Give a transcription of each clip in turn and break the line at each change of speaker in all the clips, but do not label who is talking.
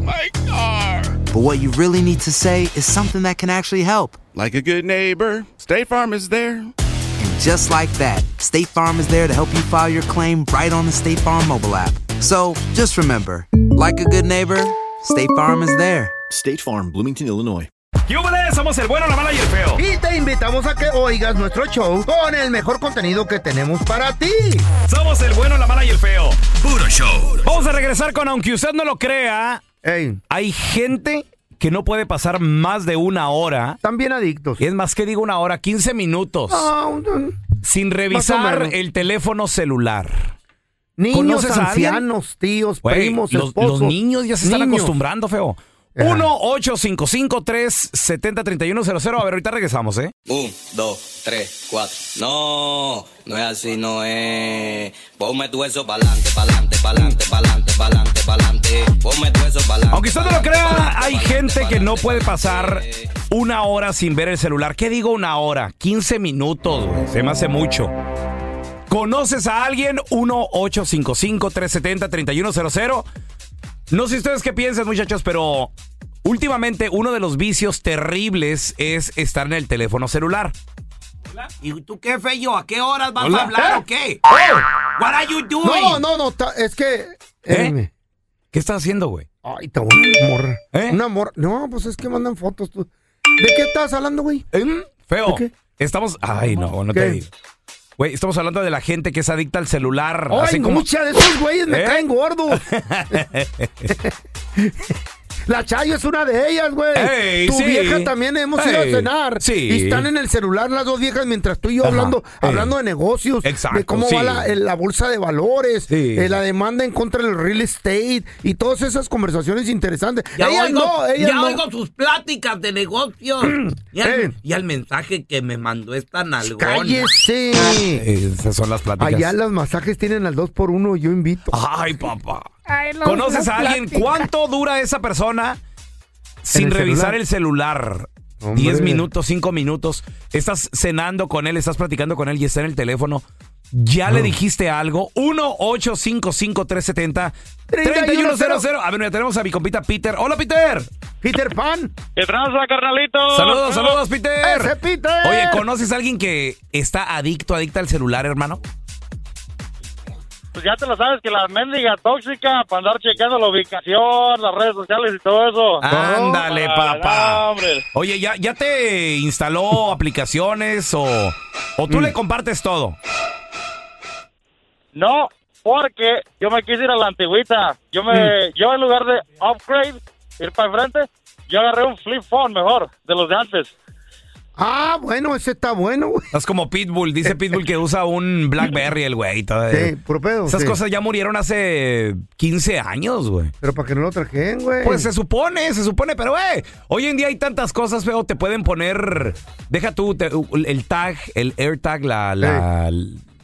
My car!
but what you really need to say is something that can actually help.
Like a good neighbor, State Farm is there.
And just like that, State Farm is there to help you file your claim right on the State Farm mobile app. So just remember, like a good neighbor, State Farm is there.
State Farm, Bloomington, Illinois.
¡Yúbales! Somos el bueno, la mala y el feo.
Y te invitamos a que oigas nuestro show con el mejor contenido que tenemos para ti.
Somos el bueno, la mala y el feo. Puro show. Vamos a regresar con, aunque usted no lo crea,
Ey,
hay gente que no puede pasar más de una hora.
están bien adictos.
Y Ah. es más que digo una hora, 15 minutos.
Ah, un- un-
sin revisar
menos.
el teléfono celular.
Niños,
¿Conoces a alguien?
ancianos, tíos,
Güey,
primos,
los,
esposos.
los niños ya se están
Niños.
acostumbrando, feo.
Ajá.
1-855-370-3100. A ver, ahorita regresamos, ¿eh?
Un, dos, tres, cuatro. No, no es así, no es. Ponme tu eso pa'lante, pa'lante, pa'lante, pa'lante, pa'lante, pa'lante. Ponme tu eso pa'lante.
Aunque usted no lo crea,
pa'lante,
hay
pa'lante,
gente que no
pa'lante,
puede pasar
pa'lante.
una hora sin ver el celular. ¿Qué digo una hora? 15 minutos, güey. Se me hace mucho. ¿Conoces a alguien? 1-855-370-3100. No sé ustedes qué piensan, muchachos, pero últimamente uno de los vicios terribles es estar en el teléfono celular.
¿Y tú qué, Feyo? ¿A qué horas vas
Hola. ¿Eh? hablar
o qué? What are you doing?
No, no, no, ta- es que... eh,
¿Qué estás haciendo, güey?
Ay, te voy a morra.
¿Eh?
Una morra. No, pues es que mandan fotos tú. ¿De qué estás hablando, güey?
¿Eh?
¿Mm?
¿De
Feo.
qué?
Estamos. Ay, no, no
¿Qué?
te digo. Güey, estamos hablando de la gente que es adicta al celular.
Ay,
así como.
mucha de esos güeyes me
¿Eh?
caen gordos. La Chayo es una de ellas, güey.
Ey,
tu
sí.
vieja también hemos ido a
Ey,
cenar.
sí.
Y están en el celular las dos viejas mientras tú y yo
Ajá,
hablando,
ey.
hablando de negocios,
Exacto,
de cómo va
sí.
la, eh, la bolsa de valores,
Sí.
eh, la demanda en contra del real estate y todas esas conversaciones interesantes. ellas no, ellas no.
sus pláticas de negocios. y,
al- Eh.
mensaje que me mandó esta nalgona.
Cállese.
Esas son las pláticas.
Allá las masajes tienen al dos por uno, yo invito.
Ay, papá. Ah, ¿Conoces a alguien? ¿Cuánto dura esa persona sin
el
revisar
celular?
el celular?
Hombre.
10 minutos, 5 minutos. Estás cenando con él, estás platicando con él y está en el teléfono. ¿Ya le dijiste algo? 1-855-370-3100. A ver, ya tenemos a mi compita Peter. ¡Hola, Peter!
Peter Pan.
¿Qué tranza, carnalito?
Saludos, saludos, Peter.
¡Ese Peter!
Oye, ¿conoces a alguien que está adicto, adicta al celular, hermano?
Pues ya te lo sabes que la mendiga tóxica para andar checando la ubicación, las redes sociales y todo eso.
Ándale,
Ah, no,
papá.
hombre.
Oye, ¿ya, ya te instaló aplicaciones o, o
Mm.
tú le compartes todo?
No, porque yo me quise ir a la antigüita. Yo
Mm.
me, yo en lugar de upgrade, ir para enfrente, yo agarré un flip phone mejor, de los de antes.
Ah, bueno, ese está bueno, güey.
Estás como Pitbull. Dice Pitbull que usa un Blackberry el güey. y todo.
Sí, puro pedo.
Eh, Esas
sí.
cosas ya murieron hace 15 años, güey.
Pero para que no lo trajen, güey.
Pues se supone, se supone, pero güey, hoy en día hay tantas cosas, feo, te pueden poner, deja tú te- el tag, el AirTag, la, la,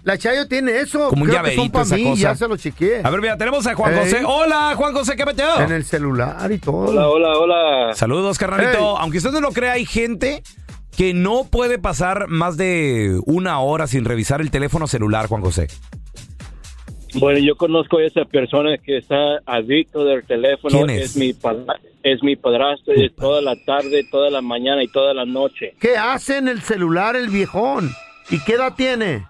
La Chayo tiene eso.
Como un
Creo que son
llaverito
para
esa
mí,
cosa.
ya se lo chequeé.
A ver, mira, tenemos a Juan
Ey.
José. Hola, Juan José, ¿qué meteo?
En el celular y todo.
Hola, hola, hola.
Saludos, carnalito.
Ey.
Aunque usted no lo crea, hay gente que no puede pasar más de una hora sin revisar el teléfono celular, Juan José.
Bueno, yo conozco a esa persona que está adicto del teléfono.
¿Quién es?
Es mi, padra- es mi padrastro y es toda la tarde, toda la mañana y toda la noche.
¿Qué hace en el celular el viejón? ¿Y qué edad tiene?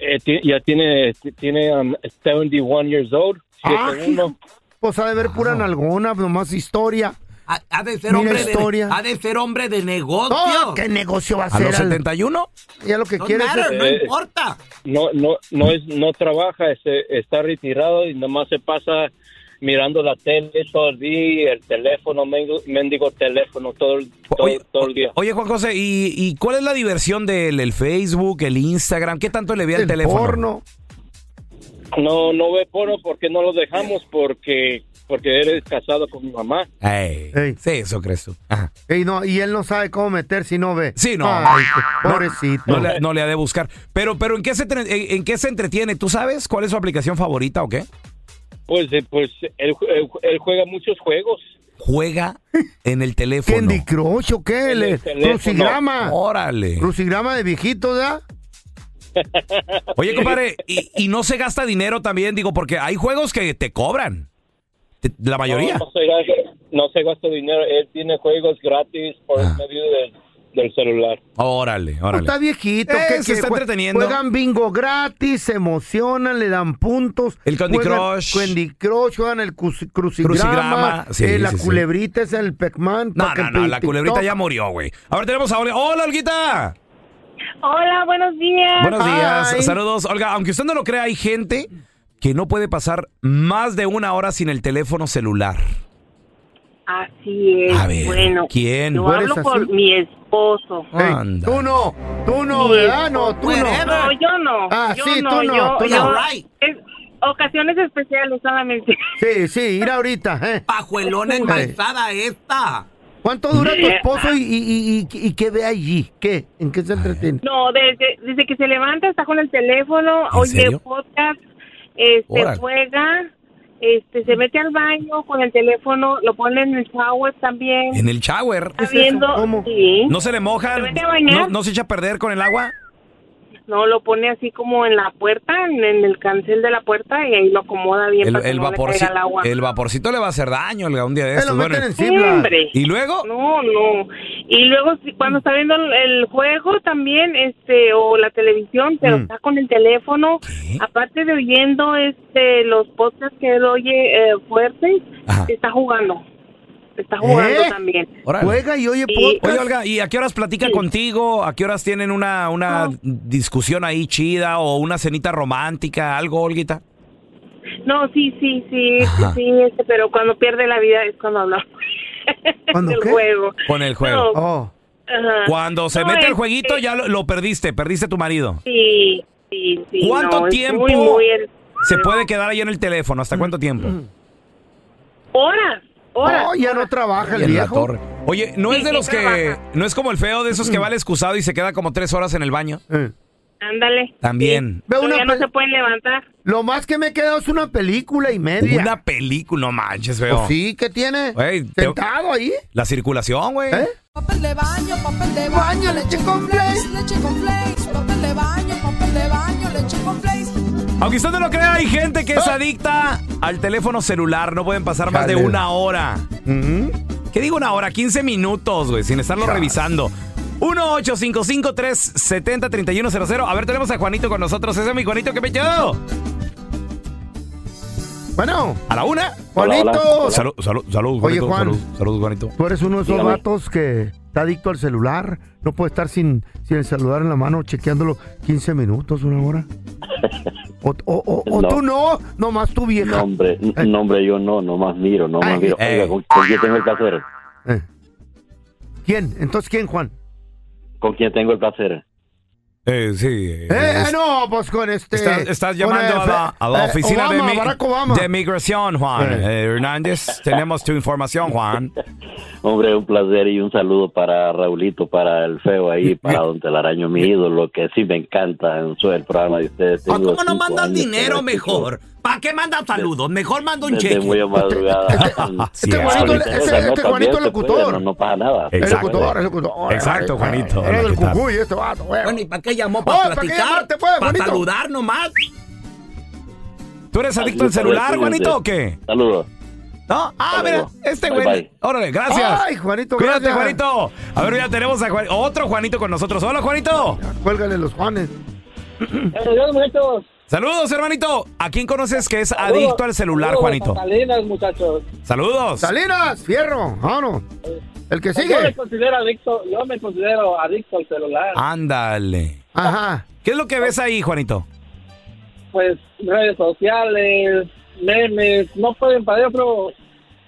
Eh, ti- ya tiene, tiene um, 71 years old.
Ah,
siete uno.
Pues ha de ver pura nalgona, nomás historia.
Ha, ha de ser
Mira
hombre de,
historia.
ha de ser hombre de negocio.
Oh, ¿Qué negocio va a, ser?
los
al-
71?
Ya lo que
No
quiere es-
matter, no
Eh,
importa.
No, no, no es, no trabaja, este, está retirado y nomás se pasa mirando la tele todo el día, el teléfono, mendigo, mendigo teléfono todo, el- todo, todo el día.
Oye, Juan José, ¿y, y cuál es la diversión del el Facebook, el Instagram? ¿Qué tanto le ve al teléfono?
No, no ve porno porque no lo dejamos
Eh.
porque Eh, porque eres casado con mi mamá.
Ey, Sí, eso crees tú. Ajá.
Ey, no, y él no sabe cómo meter si no ve.
Sí, no.
Ay,
No,
pobrecito.
No, le, no le ha de buscar. Pero, pero ¿en, qué se, tre- en, en qué se entretiene? ¿Tú sabes cuál es su aplicación favorita o qué?
Pues eh, pues él, él- él juega muchos juegos.
Juega en el teléfono.
Candy Crush o qué?
En el
Le-
teléfono.
Crucigrama.
Órale.
Crucigrama de viejito, ¿verdad?
Oye, compadre, y, y no se gasta dinero también, digo, porque hay juegos que te cobran. Te- La mayoría.
No, no se gasta, no se gasta dinero, él tiene juegos gratis por
Ah.
medio del- del celular.
Órale, órale.
Pues, Está viejito.
Eh,
que,
se está entreteniendo.
Juegan bingo gratis, se emocionan, le dan puntos.
El Candy
Juegan
Crush.
Candy Crush, juegan el cruci- crucigrama.
Crucigrama, sí,
eh, la
sí, sí.
culebrita es el Pac-Man.
No,
Pac-
no, no, la
TikTok.
culebrita ya murió, güey. Ahora tenemos a Olga. ¡Hola, Olguita!
Hola, buenos días.
Buenos días, saludos. Olga, aunque usted no lo crea, hay gente que no puede pasar más de una hora sin el teléfono celular.
Así es.
A ver,
bueno,
¿quién?
Yo
¿No eres
hablo por
así?
mi esposo.
Anda.
Tú no, tú no,
Mi
¿verdad?
esposo.
No, tú no.
No, yo no.
Ah,
yo
sí, tú no,
yo-
tú no.
yo-
Right.
es ocasiones especiales solamente.
Sí, sí, ir ahorita, ¿eh?
Pajuelona enmaizada esta.
¿Cuánto dura tu esposo y, y, y- y- y qué ve allí? ¿Qué? ¿En qué se entretiene?
No, desde, desde que se levanta está con el teléfono,
¿En
oye
serio?
podcast, este,
Órale.
juega, este, se mete al baño con el teléfono, lo pone en el shower también.
En el shower.
Está viendo, sí.
¿No se le moja?
Se mete a bañar.
¿No, no se echa a perder con el agua?
No, lo pone así como en la puerta, en, en el cancel de la puerta y ahí lo acomoda bien
El,
para que
el eh.
no le
vaporci-
caiga el agua.
el vaporcito le va a hacer daño, Olga, un día de estos. Bueno,
Hombre.
¿Y luego?
No, no. Y luego si- cuando está viendo el- el juego también, este, o la televisión, pero
Mm.
está con el teléfono, aparte de oyendo este los podcasts que él oye eh, fuerte, está jugando. Está jugando
¿Eh?
también.
Órale.
Y-
pues-
Oye, Olga, ¿y a qué horas platican contigo? ¿A qué horas tienen una, una discusión ahí chida o una cenita romántica? ¿Algo, Olguita?
No, sí, sí, sí,
Ajá.
sí, este, pero cuando pierde la vida es cuando hablamos.
¿Cuándo
del
qué?
juego.
Con el juego.
No.
Oh.
Ajá.
Cuando se
No,
mete el
este,
jueguito ya lo, lo perdiste, perdiste a tu marido.
Sí, sí, sí.
¿Cuánto
no, es
tiempo
Muy, muy el-
Se puede quedar ahí en el teléfono, ¿hasta cuánto tiempo?
Horas, horas.
Oh, ya no trabaja el
En la
viejo.
torre. Oye, no
Sí,
es de
sí
los que
trabaja.
no es como el feo de
Mm.
esos que va al excusado y se queda como tres horas en el baño.
Eh.
Ándale.
También.
Ve una
ya no
pe-
se pueden levantar.
Lo más que me he quedado es una película y media.
Una película, no manches, feo.
Pues sí, ¿qué tiene?
Güey, te-
¿Sentado ahí?
La circulación, güey.
¿Eh?
Papel de baño, papel de baño, leche con flakes, leche con flakes, papel de baño, papel de baño, leche con flakes.
Aunque usted no lo crea, hay gente que
Ah.
es adicta al teléfono celular. No pueden pasar más de
Chale.
una hora. ¿Qué digo una hora? 15 minutos, güey, sin estarlo revisando. 1-855-370-3100. A ver, tenemos a Juanito con nosotros. Ese es mi Juanito que me quedó.
Bueno.
A la una.
Juanito. Hola, hola.
Salud, salud, salud,
Oye,
Juanito.
Juan.
Salud, salud, Juanito.
Tú eres uno de esos
Dígame.
vatos que está adicto al celular. No puede estar sin, sin el celular en la mano, chequeándolo 15 minutos, una hora. O, o- o- o
No.
tú no, nomás tú vieja.
No, hombre, n- no, hombre, yo no, nomás miro, nomás
Ay,
miro.
eh.
Oiga, ¿con, con quién tengo el placer?
¿Quién? Entonces, ¿quién, Juan?
¿Con quién tengo el placer?
Eh, sí.
Eh, no, pues con este.
Estás, estás
con
llamando
el
a la,
fe-
a la
eh,
oficina
Obama,
de, mi-
Barack Obama.
de migración, Juan. Eh, Hernández, tenemos tu información, Juan.
Hombre, un placer y un saludo para Raulito, para el feo ahí, para Don Telaraño, mi ídolo, que sí me encanta en su- el programa de ustedes.
Ah,
Tengo
¿Cómo no
cinco
mandas
años que
dinero
lo escucho
mejor? ¿Para qué mandas saludos? Mejor manda un
desde
cheque.
muy a madrugada.
este Juanito-
ah, Ahorita
ese-
esa
este
nota
Juanito
bien se
locutor.
puede, No, no pasa nada.
El locutor, el locutor.
Exacto, Juanito.
Era
Hola,
del
¿qué tal?
Cucuy, este vato, güey.
Bueno, ¿y para qué llamó? ¿Para
Oh, ¿para qué
platicar?
llamaste, pues,
¿Para
Juanito?
saludar nomás?
¿Tú eres adicto al celular, Juanito, o qué?
Saludos.
¿No? Ah, mira, este
Bye,
güey.
bye.
Órale, gracias.
Ay, Juanito,
Cuídate,
gracias.
Juanito. A ver, ya tenemos a Juan- otro Juanito con nosotros. Hola, Juanito.
Cuélgale los Juanes.
Buenos días, muchachos.
Saludos, hermanito. ¿A quién conoces que es adicto al celular, Juanito?
Salinas, muchachos.
Saludos.
Salinas, fierro, vámonos. El que
Yo me
sigue.
considero adicto, yo me considero adicto al celular.
Ándale.
Ajá.
¿Qué es lo que ves ahí, Juanito?
Pues redes sociales, memes, no pueden parar, yo creo,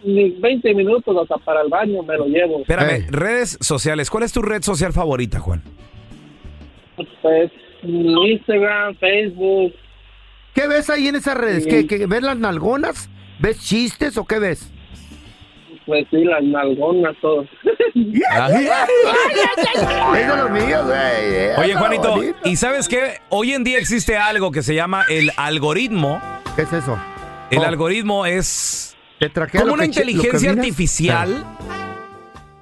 ni 20 minutos hasta para el baño me lo llevo.
Espérame, redes sociales. ¿Cuál es tu red social favorita, Juan?
Pues Instagram, Facebook.
¿Qué ves ahí en esas redes?
Sí.
¿Qué, qué- ves las nalgonas? ¿Ves chistes o qué ves?
Pues sí, las nalgonas, todo.
Es de los míos, güey.
Oye,
Anda,
Juanito,
bonito.
¿y sabes qué? Hoy en día existe algo que se llama el algoritmo.
¿Qué es eso? Oh.
El algoritmo es
traje
como
lo
una
que chi- lo que
inteligencia
miras.
artificial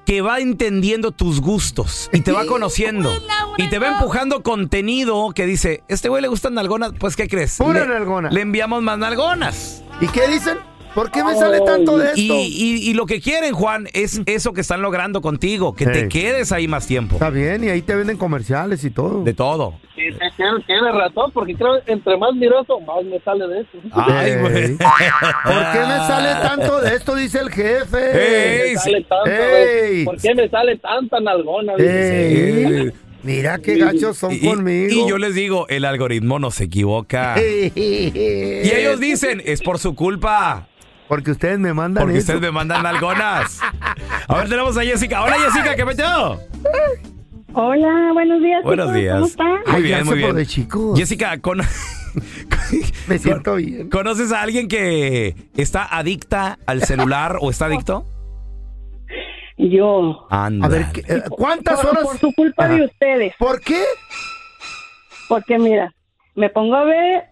que va entendiendo tus gustos y te va conociendo y te va empujando contenido que dice, este güey le gustan nalgonas, pues ¿qué crees?
Pura
Le-
nalgona.
Le enviamos más nalgonas.
¿Y qué dicen? ¿Por qué me sale tanto de esto? Mm.
Y, y- y lo que quieren, Juan, es eso que están logrando contigo, que te
Ey.
quedes ahí más tiempo.
Está bien, y ahí te venden comerciales y todo.
De todo.
Sí, sí, tiene- tiene razón, porque creo entre más miroso, más me sale de eso.
Ay, güey.
¿Por qué
Ah.
me sale tanto de esto? Dice el jefe.
Ey, Me sale sí. tanto,
Ey.
¿Por qué me sale tanta nalgona?
Ey.
Sí.
Mira qué gachos son
Y- y-
conmigo.
Y yo les digo, el algoritmo no se equivoca. Y
y
ellos dicen, es por su culpa.
Porque ustedes me mandan
Porque
eso.
ustedes me mandan algonas. A ver, tenemos a Jessica. Hola, Jessica, ¿qué metido?
Hola, buenos días.
Buenos
chicos,
días.
¿Cómo están?
Muy bien, muy bien.
de chicos.
Jessica, con... me siento bien. ¿Conoces a alguien que está adicta al celular o está adicto?
Yo.
Anda.
eh, ¿Cuántas
Por-
horas?
Por su culpa
Ajá.
de ustedes.
¿Por qué?
Porque mira, me pongo a ver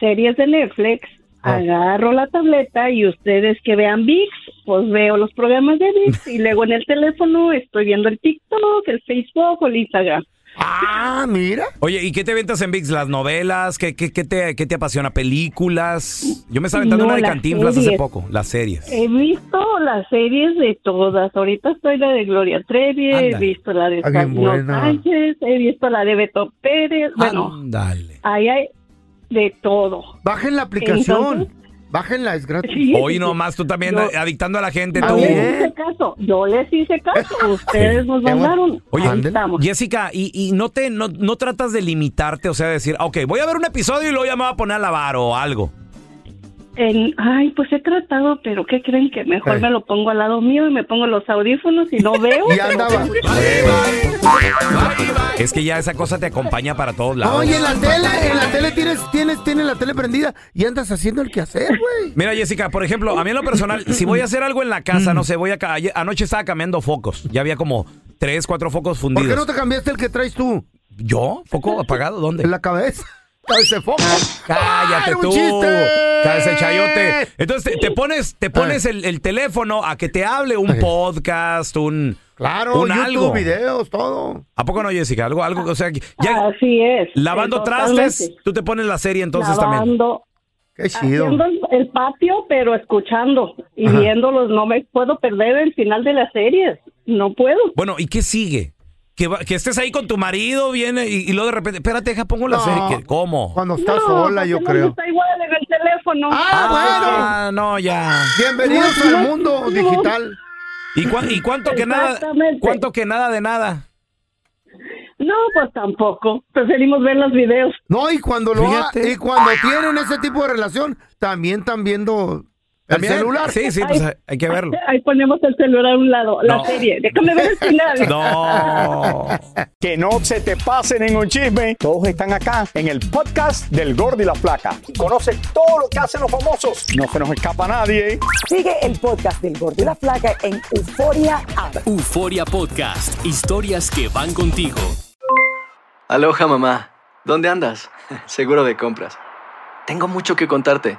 series de Netflix, agarro la tableta y ustedes que vean VIX, pues veo los programas de VIX y luego en el teléfono estoy viendo el TikTok, el Facebook o el Instagram.
Ah, mira.
Oye, ¿y qué te ventas en VIX? ¿Las novelas? ¿Qué, qué, qué te, qué te apasiona? ¿Películas? Yo me estaba aventando
No,
una de
las
Cantinflas hace
series.
poco. Las series.
He visto las series de todas. Ahorita estoy la de Gloria Trevi, he
Ándale.
visto la de
Está Ah, bien
Sabino
buena.
Sánchez, he visto la de Beto Pérez. Bueno,
Ándale.
ahí hay de todo.
Bajen la aplicación. Bájenla, es gratis.
Hoy nomás tú también
Yo-
adictando a la gente.
Yo
Tú.
les hice caso, yo les hice caso, ustedes nos mandaron.
Oye,
Ahí estamos.
Jessica, y, y no te no, no tratas de limitarte, o sea, decir, ok, voy a ver un episodio y luego ya me voy a poner a lavar o algo.
En- ay, pues he tratado, pero ¿qué creen que mejor me lo pongo al lado mío y me pongo los audífonos y no veo?
Y andaba.
Es que ya esa cosa te acompaña para todos lados.
Oye, en la tele, en la tele tienes, tienes, tienes la tele prendida y andas haciendo el quehacer, güey.
Mira, Jessica, por ejemplo, a mí en lo personal, si voy a hacer algo en la casa,
Mm.
no sé, voy a... ca- ayer- Anoche estaba cambiando focos. Ya había como tres, cuatro focos
¿Por qué
fundidos.
no te cambiaste el que traes tú?
¿Yo? ¿Foco apagado? ¿Dónde?
En la cabeza. Ese foco.
Cállate
¡Era un
tú.
chiste!
Cállese, chayote. Entonces te, te pones, te pones el, el teléfono a que te hable un podcast, un.
Claro,
un
YouTube,
algo.
videos, todo.
¿A poco no, Jessica? Algo, algo, o sea, ya
Así es.
lavando
Totalmente.
trastes, tú te pones la serie entonces también.
Lavando,
Qué
haciendo el, el patio, pero escuchando y
Ajá.
viéndolos. No me puedo perder el final de las series. No puedo.
Bueno, ¿y qué sigue? Que, va- que estés ahí con tu marido, viene y, y luego de repente, espérate, deja, pongo la
No.
serie. que- ¿Cómo?
Cuando estás
No,
sola, yo
porque no
creo.
Está igual en el teléfono.
Ah, no, ya.
Bienvenidos al mundo digital.
¿Y, cuán- y cuánto que nada?
Exactamente.
¿Cuánto que nada de nada?
No, pues tampoco. Preferimos ver los videos.
No, y cuando lo ha-
Fíjate.
y cuando tienen ese tipo de relación, también están viendo el
También,
celular.
sí, sí, pues, Ay. hay que verlo.
Ahí ponemos el celular a un lado, la
No.
serie. Déjame ver el final.
No.
Que no se te pasen en un chisme. Todos están acá en el podcast del Gordi y la Flaca. Y Conoce todo lo que hacen los famosos. No se nos escapa nadie.
Sigue el podcast del Gordo y la Flaca en Euforia App.
Euforia Podcast. Historias que van contigo.
Aloha mamá, ¿dónde andas? Seguro de compras. Tengo mucho que contarte.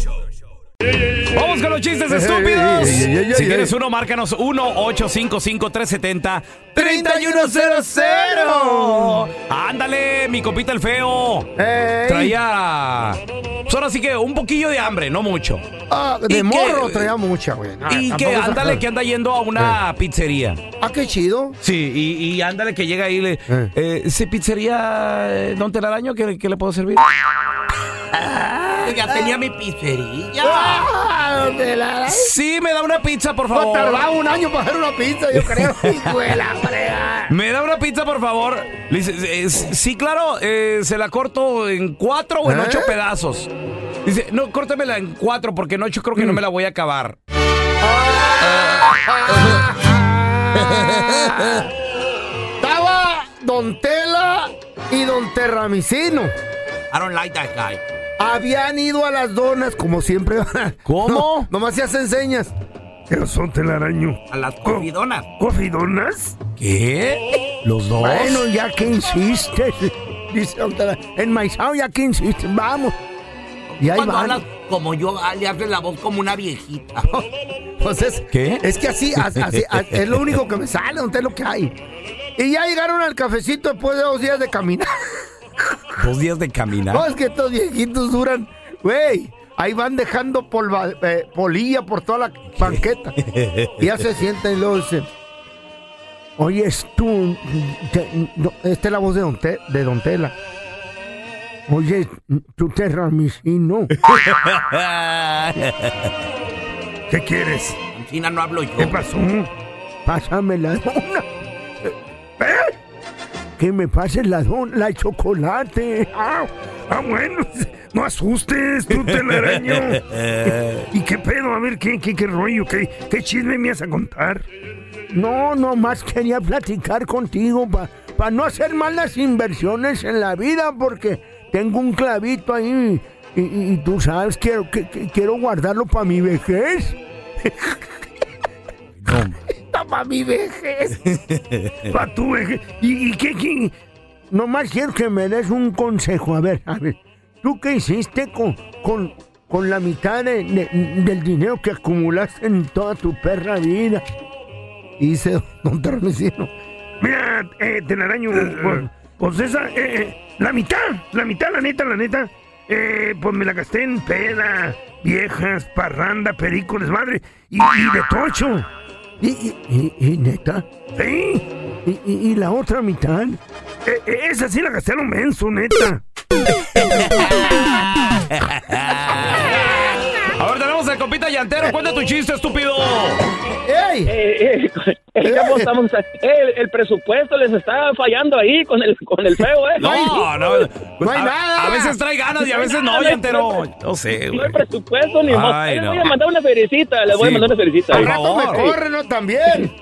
Vamos con los chistes estúpidos. Si quieres uno, márcanos 1-855-370-3100. Ándale, mi copita el feo. Traía. Pues ahora sí que un poquillo de hambre, no mucho.
Ah, de
¿Y qué?
morro traía mucha, güey. Ah,
Y que
tampoco es-
ándale que anda yendo a una pizzería.
Ah, qué chido.
Sí, y, y ándale que llega ahí y le... Eh, ¿sí pizzería eh, Don Telaraño? ¿Qué, qué le puedo servir?
Ya tenía mi pizzería.
Sí, me da una pizza, por favor.
Va a tardar un año para hacer una pizza, yo creo. Hijo de la fregada.
¿Me da una pizza, por favor? Le dice, eh, s- sí, claro, eh, se la corto en cuatro o en
¿Eh?
ocho pedazos. Dice, no, córtamela en cuatro porque en ocho creo que no me la voy a acabar.
Estaba Don Tela y Don Terramicino.
I don't like that guy.
Habían ido a las donas, como siempre. ¿Cómo? nomás se hacen señas. Pero son telaraño.
A las comidonas.
¿Cofidonas?
¿Qué? ¿Los dos?
Bueno, ya que insistes. Dice Don Telaraño. Enmaizado, ya que insistes. Vamos. Y ahí
Cuando
van.
hablas como yo, ah, le haces la voz como una viejita.
Pues es,
¿Qué?
es que así, as- así, as- es lo único que me sale, don es lo que hay. Y ya llegaron al cafecito después de dos días de caminar.
Dos días de caminar.
No, es que estos viejitos duran, güey, ahí van dejando polva, eh, polilla por toda la banqueta. Y ya se sientan y luego dicen, oye, es tú, te- no, esta es la voz de don, Te- de don Tela. Oye, tú te ramicino. ¿Qué quieres?
En China no hablo yo.
¿Qué pasó? Pásame la dona. ¿Eh? Que me pases la dona, la chocolate. Ah, ah, bueno, no asustes, tú telaraño. ¿Y qué pedo? A ver, ¿qué, qué, qué rollo? ¿Qué, ¿Qué chisme me vas a contar? No, nomás quería platicar contigo para no hacer malas inversiones en la vida porque tengo un clavito ahí y, y- y tú sabes, quiero, que, que- quiero guardarlo para mi vejez. Está para mi vejez. Para tu vejez. ¿Y, y qué, qué? Nomás quiero que me des un consejo. A ver, a ver. ¿Tú qué hiciste con, con, con la mitad de- de- del dinero que acumulaste en toda tu perra vida? Y dice don Termesino. Mira, eh, telaraño, pues, pues esa, eh, eh, la mitad, la mitad, la neta, la neta, eh, pues me la gasté en peda, viejas, parranda, perico, desmadre, y, y de tocho. ¿Y, y, y- y neta? Sí. ¿Y, y, y la otra mitad? esa sí la gasté a lo menso, neta.
A ver, tenemos al compita llantero. Cuenta tu chiste, estúpido.
Eh, eh, eh, ¿cómo estamos? Eh, el, el presupuesto les está fallando ahí con el, con el feo, ¿eh?
No, no.
hay
a,
nada.
a veces trae ganas y a
No hay nada,
veces no,
no hay
llantero. No sé,
No
güey.
hay presupuesto ni modo.
Ay,
Le
no.
voy a mandar una felicita, le voy
Sí.
a mandar una felicita.
Al rato me corre,
¿no? También.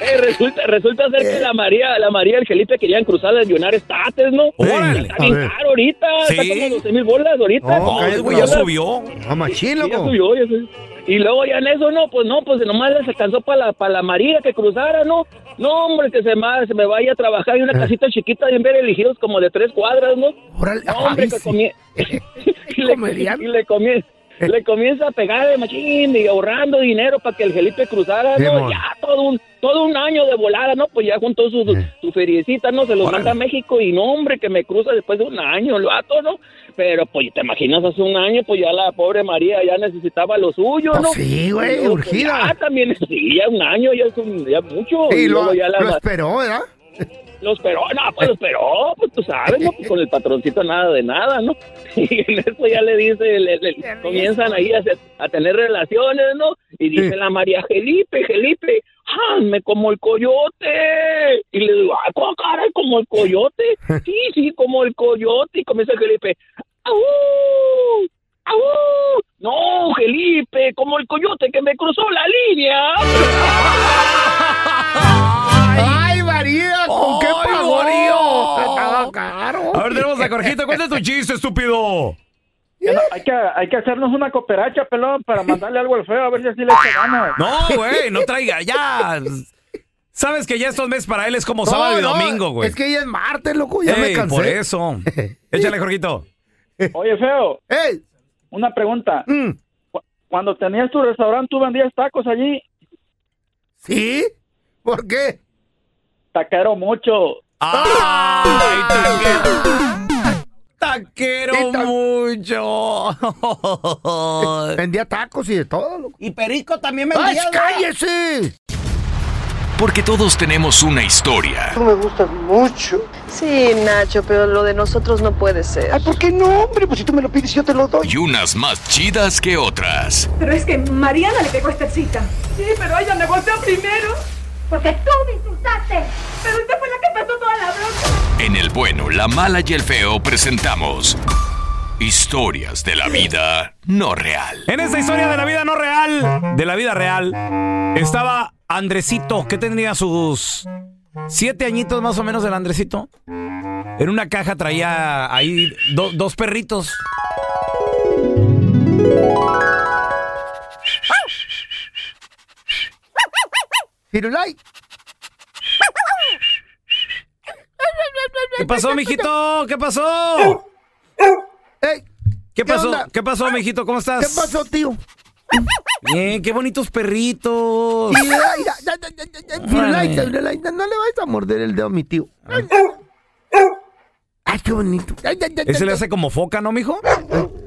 Eh, resulta, resulta ser que la María, la María y el Felipe querían cruzar el Leonar States, ¿no? Está bien caro ahorita, está
Sí.
como 12 mil bolas ahorita.
No, cállate, güey, ya
subió.
A
Sí, ya subió, ya subió. Y luego ya en eso, no, pues no, pues nomás les alcanzó para la, para la María que cruzara, ¿no? No, hombre, que se, ma- se me vaya a trabajar en una casita chiquita bien ver elegidos como de tres cuadras, ¿no?
Órale,
no, hombre,
ay,
que
sí.
comie- y, le, y le comie-
Eh.
le comienza a pegar de machín y ahorrando dinero para que el Felipe cruzara, ¿no?
Simón.
Ya todo un, todo un año de volada, ¿no? Pues ya juntó su, su feriecita, ¿no? Se lo manda a México y no, hombre, que me cruza después de un año, lo vato, ¿no? Pero pues te imaginas, hace un año, pues ya la pobre María ya necesitaba lo suyo, ¿no?
Pues sí, güey,
Y luego, pues,
urgida.
ya también, sí, ya un año, ya es un- ya mucho.
Sí, lo-
luego ya
lo esperó, ¿verdad?
lo esperó, no, pues lo esperó, pues tú sabes, ¿no? Pues con el patroncito nada de nada, ¿no? Y en eso ya le dice, le- le- comienzan ahí a, hacer- a tener relaciones, ¿no? Y dice la María, Felipe, Felipe, hazme como el coyote. Y le digo, ah, ¿cómo, caray, como el coyote? Sí, sí, como el coyote. Y comienza Felipe, ¡au! ¡au! No, Felipe, como el coyote que me cruzó la línea.
¡Ay, María! ¿Con qué pagó? Estaba caro.
A ver, tenemos a Jorgito. Cuenta tu chiste, estúpido.
Hay que, hay que hacernos una cooperacha, pelón, para mandarle algo al feo, a ver si así le echa ganas.
No, güey, no traiga. Ya. Sabes que ya estos meses para él es como
No,
sábado y
no,
domingo, güey.
Es que ya es martes, loco, ya me
Ey,
cansé.
Por eso. Échale, Jorgito.
Oye, feo. Una pregunta.
Mm.
Cu- Cuando tenías tu restaurante, ¿tú vendías tacos allí?
¿Sí? ¿Por qué?
Taquero mucho.
Taquero mucho.
Vendía tacos y de todo, loco.
Y Perico también
¡Ay,
vendía. ¿no?
cállese!
Porque todos tenemos una historia.
Tú me gustas mucho. Sí, Nacho, pero lo de nosotros no puede ser. Ay, ¿por qué no, hombre? Pues si tú me lo pides, yo te lo doy.
Y unas más chidas que otras.
Pero es que Mariana le pegó esta cita. Sí, pero ella me golpeó primero. Porque tú me insultaste. Pero usted fue la que pasó toda la bronca.
En el bueno, la mala y el feo presentamos historias de la vida no real.
En esta historia de la vida no real, de la vida real, estaba Andresito, que tendría sus siete añitos más o menos el Andresito. En una caja traía ahí do- dos perritos.
Firulai.
¿Qué pasó, mijito? ¿Qué pasó? ¿Qué pasó?
onda? Ah,
¿Qué pasó, mijito? ¿Cómo estás?
¿Qué pasó, tío?
Bien, qué bonitos perritos.
Firulai, da- da- da- da- da- da- Firulai,
Ay.
Firulai, no no le vas a morder el dedo a mi tío.
Ah.
¡Ay, qué bonito! Ay, ay, ay,
Ese le
ay,
hace como foca, ¿no, mijo?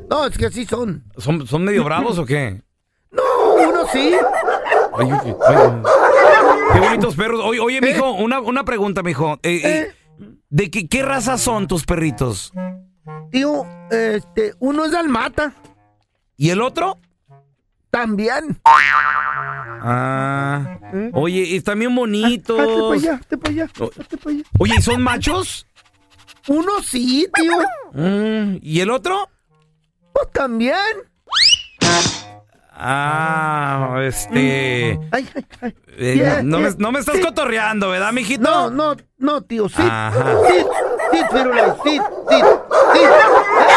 No, es que así son.
¿Son, son medio bravos o qué?
No, uno sí.
Ay, ay, ay. Qué bonitos perros. Oye,
¿Eh?
oye mijo, una, una pregunta, mijo. Eh, eh, ¿De qué, qué raza son tus perritos?
Tío, este, uno es dalmata.
¿Y el otro?
También.
Ah.
¿Eh?
Oye, y están bien bonitos.
Hazte para Ah, allá, hazte para allá.
O-
hazte pa' allá.
Oye, ¿y son machos?
Uno sí, tío.
Mm, ¿Y el otro?
Pues también.
Ah, este.
Ay, ay, ay.
eh,
Yeah,
no, me,
yeah.
no me estás
Sí.
cotorreando, ¿verdad, mijito?
No, no, no, tío, sí.
Ajá.
Sí, sí, Firulai, sí, sí, sí.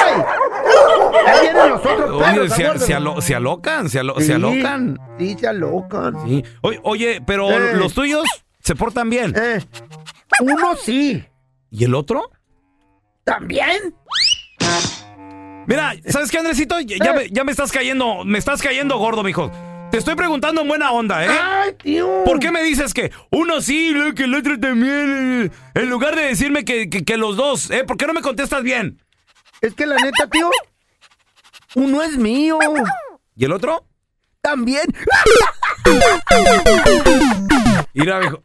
¡Ey! Ahí vienen los otros
Oye,
perros.
se,
aguárdalo.
se alo- se alocan, se, alo-
Sí,
se alocan.
Sí, se alocan.
Sí. Oye, oye, pero
Eh.
los tuyos se portan bien.
Uno sí.
¿Y el otro?
¿También?
Mira, ¿sabes qué, Andresito? Ya, ya me, ya me estás cayendo, me estás cayendo gordo, mijo. Te estoy preguntando en buena onda, ¿eh?
¡Ay, tío!
¿Por qué me dices que uno sí, lo que el otro también? eh? En lugar de decirme que, que- que los dos, ¿eh? ¿Por qué no me contestas bien?
Es que la neta, tío, uno es mío.
¿Y el otro?
También.
Mira, mijo.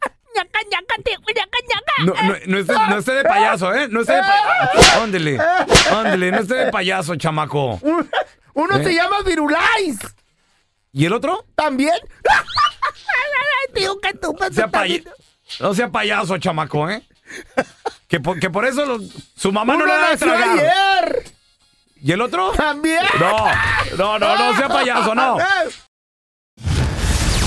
No, no, no esté, no esté de payaso, ¿eh? No esté de payaso. Ándele, ándele, no esté de payaso, chamaco.
Un- Uno
¿Eh?
se llama Virulais.
¿Y el otro?
También. tío, que tú me
Sea
estás
paya-
viendo.
No sea payaso, chamaco, ¿eh? Que por, que por eso lo- su mamá no
Uno
le da de
nació
tragar.
ayer.
¿Y el otro?
También.
No, no, no, no sea payaso, no.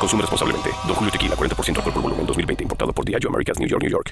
Consume responsablemente. Don Julio Tequila, 40% alcohol por volumen 2020, importado por Diageo Americas, New York, New York.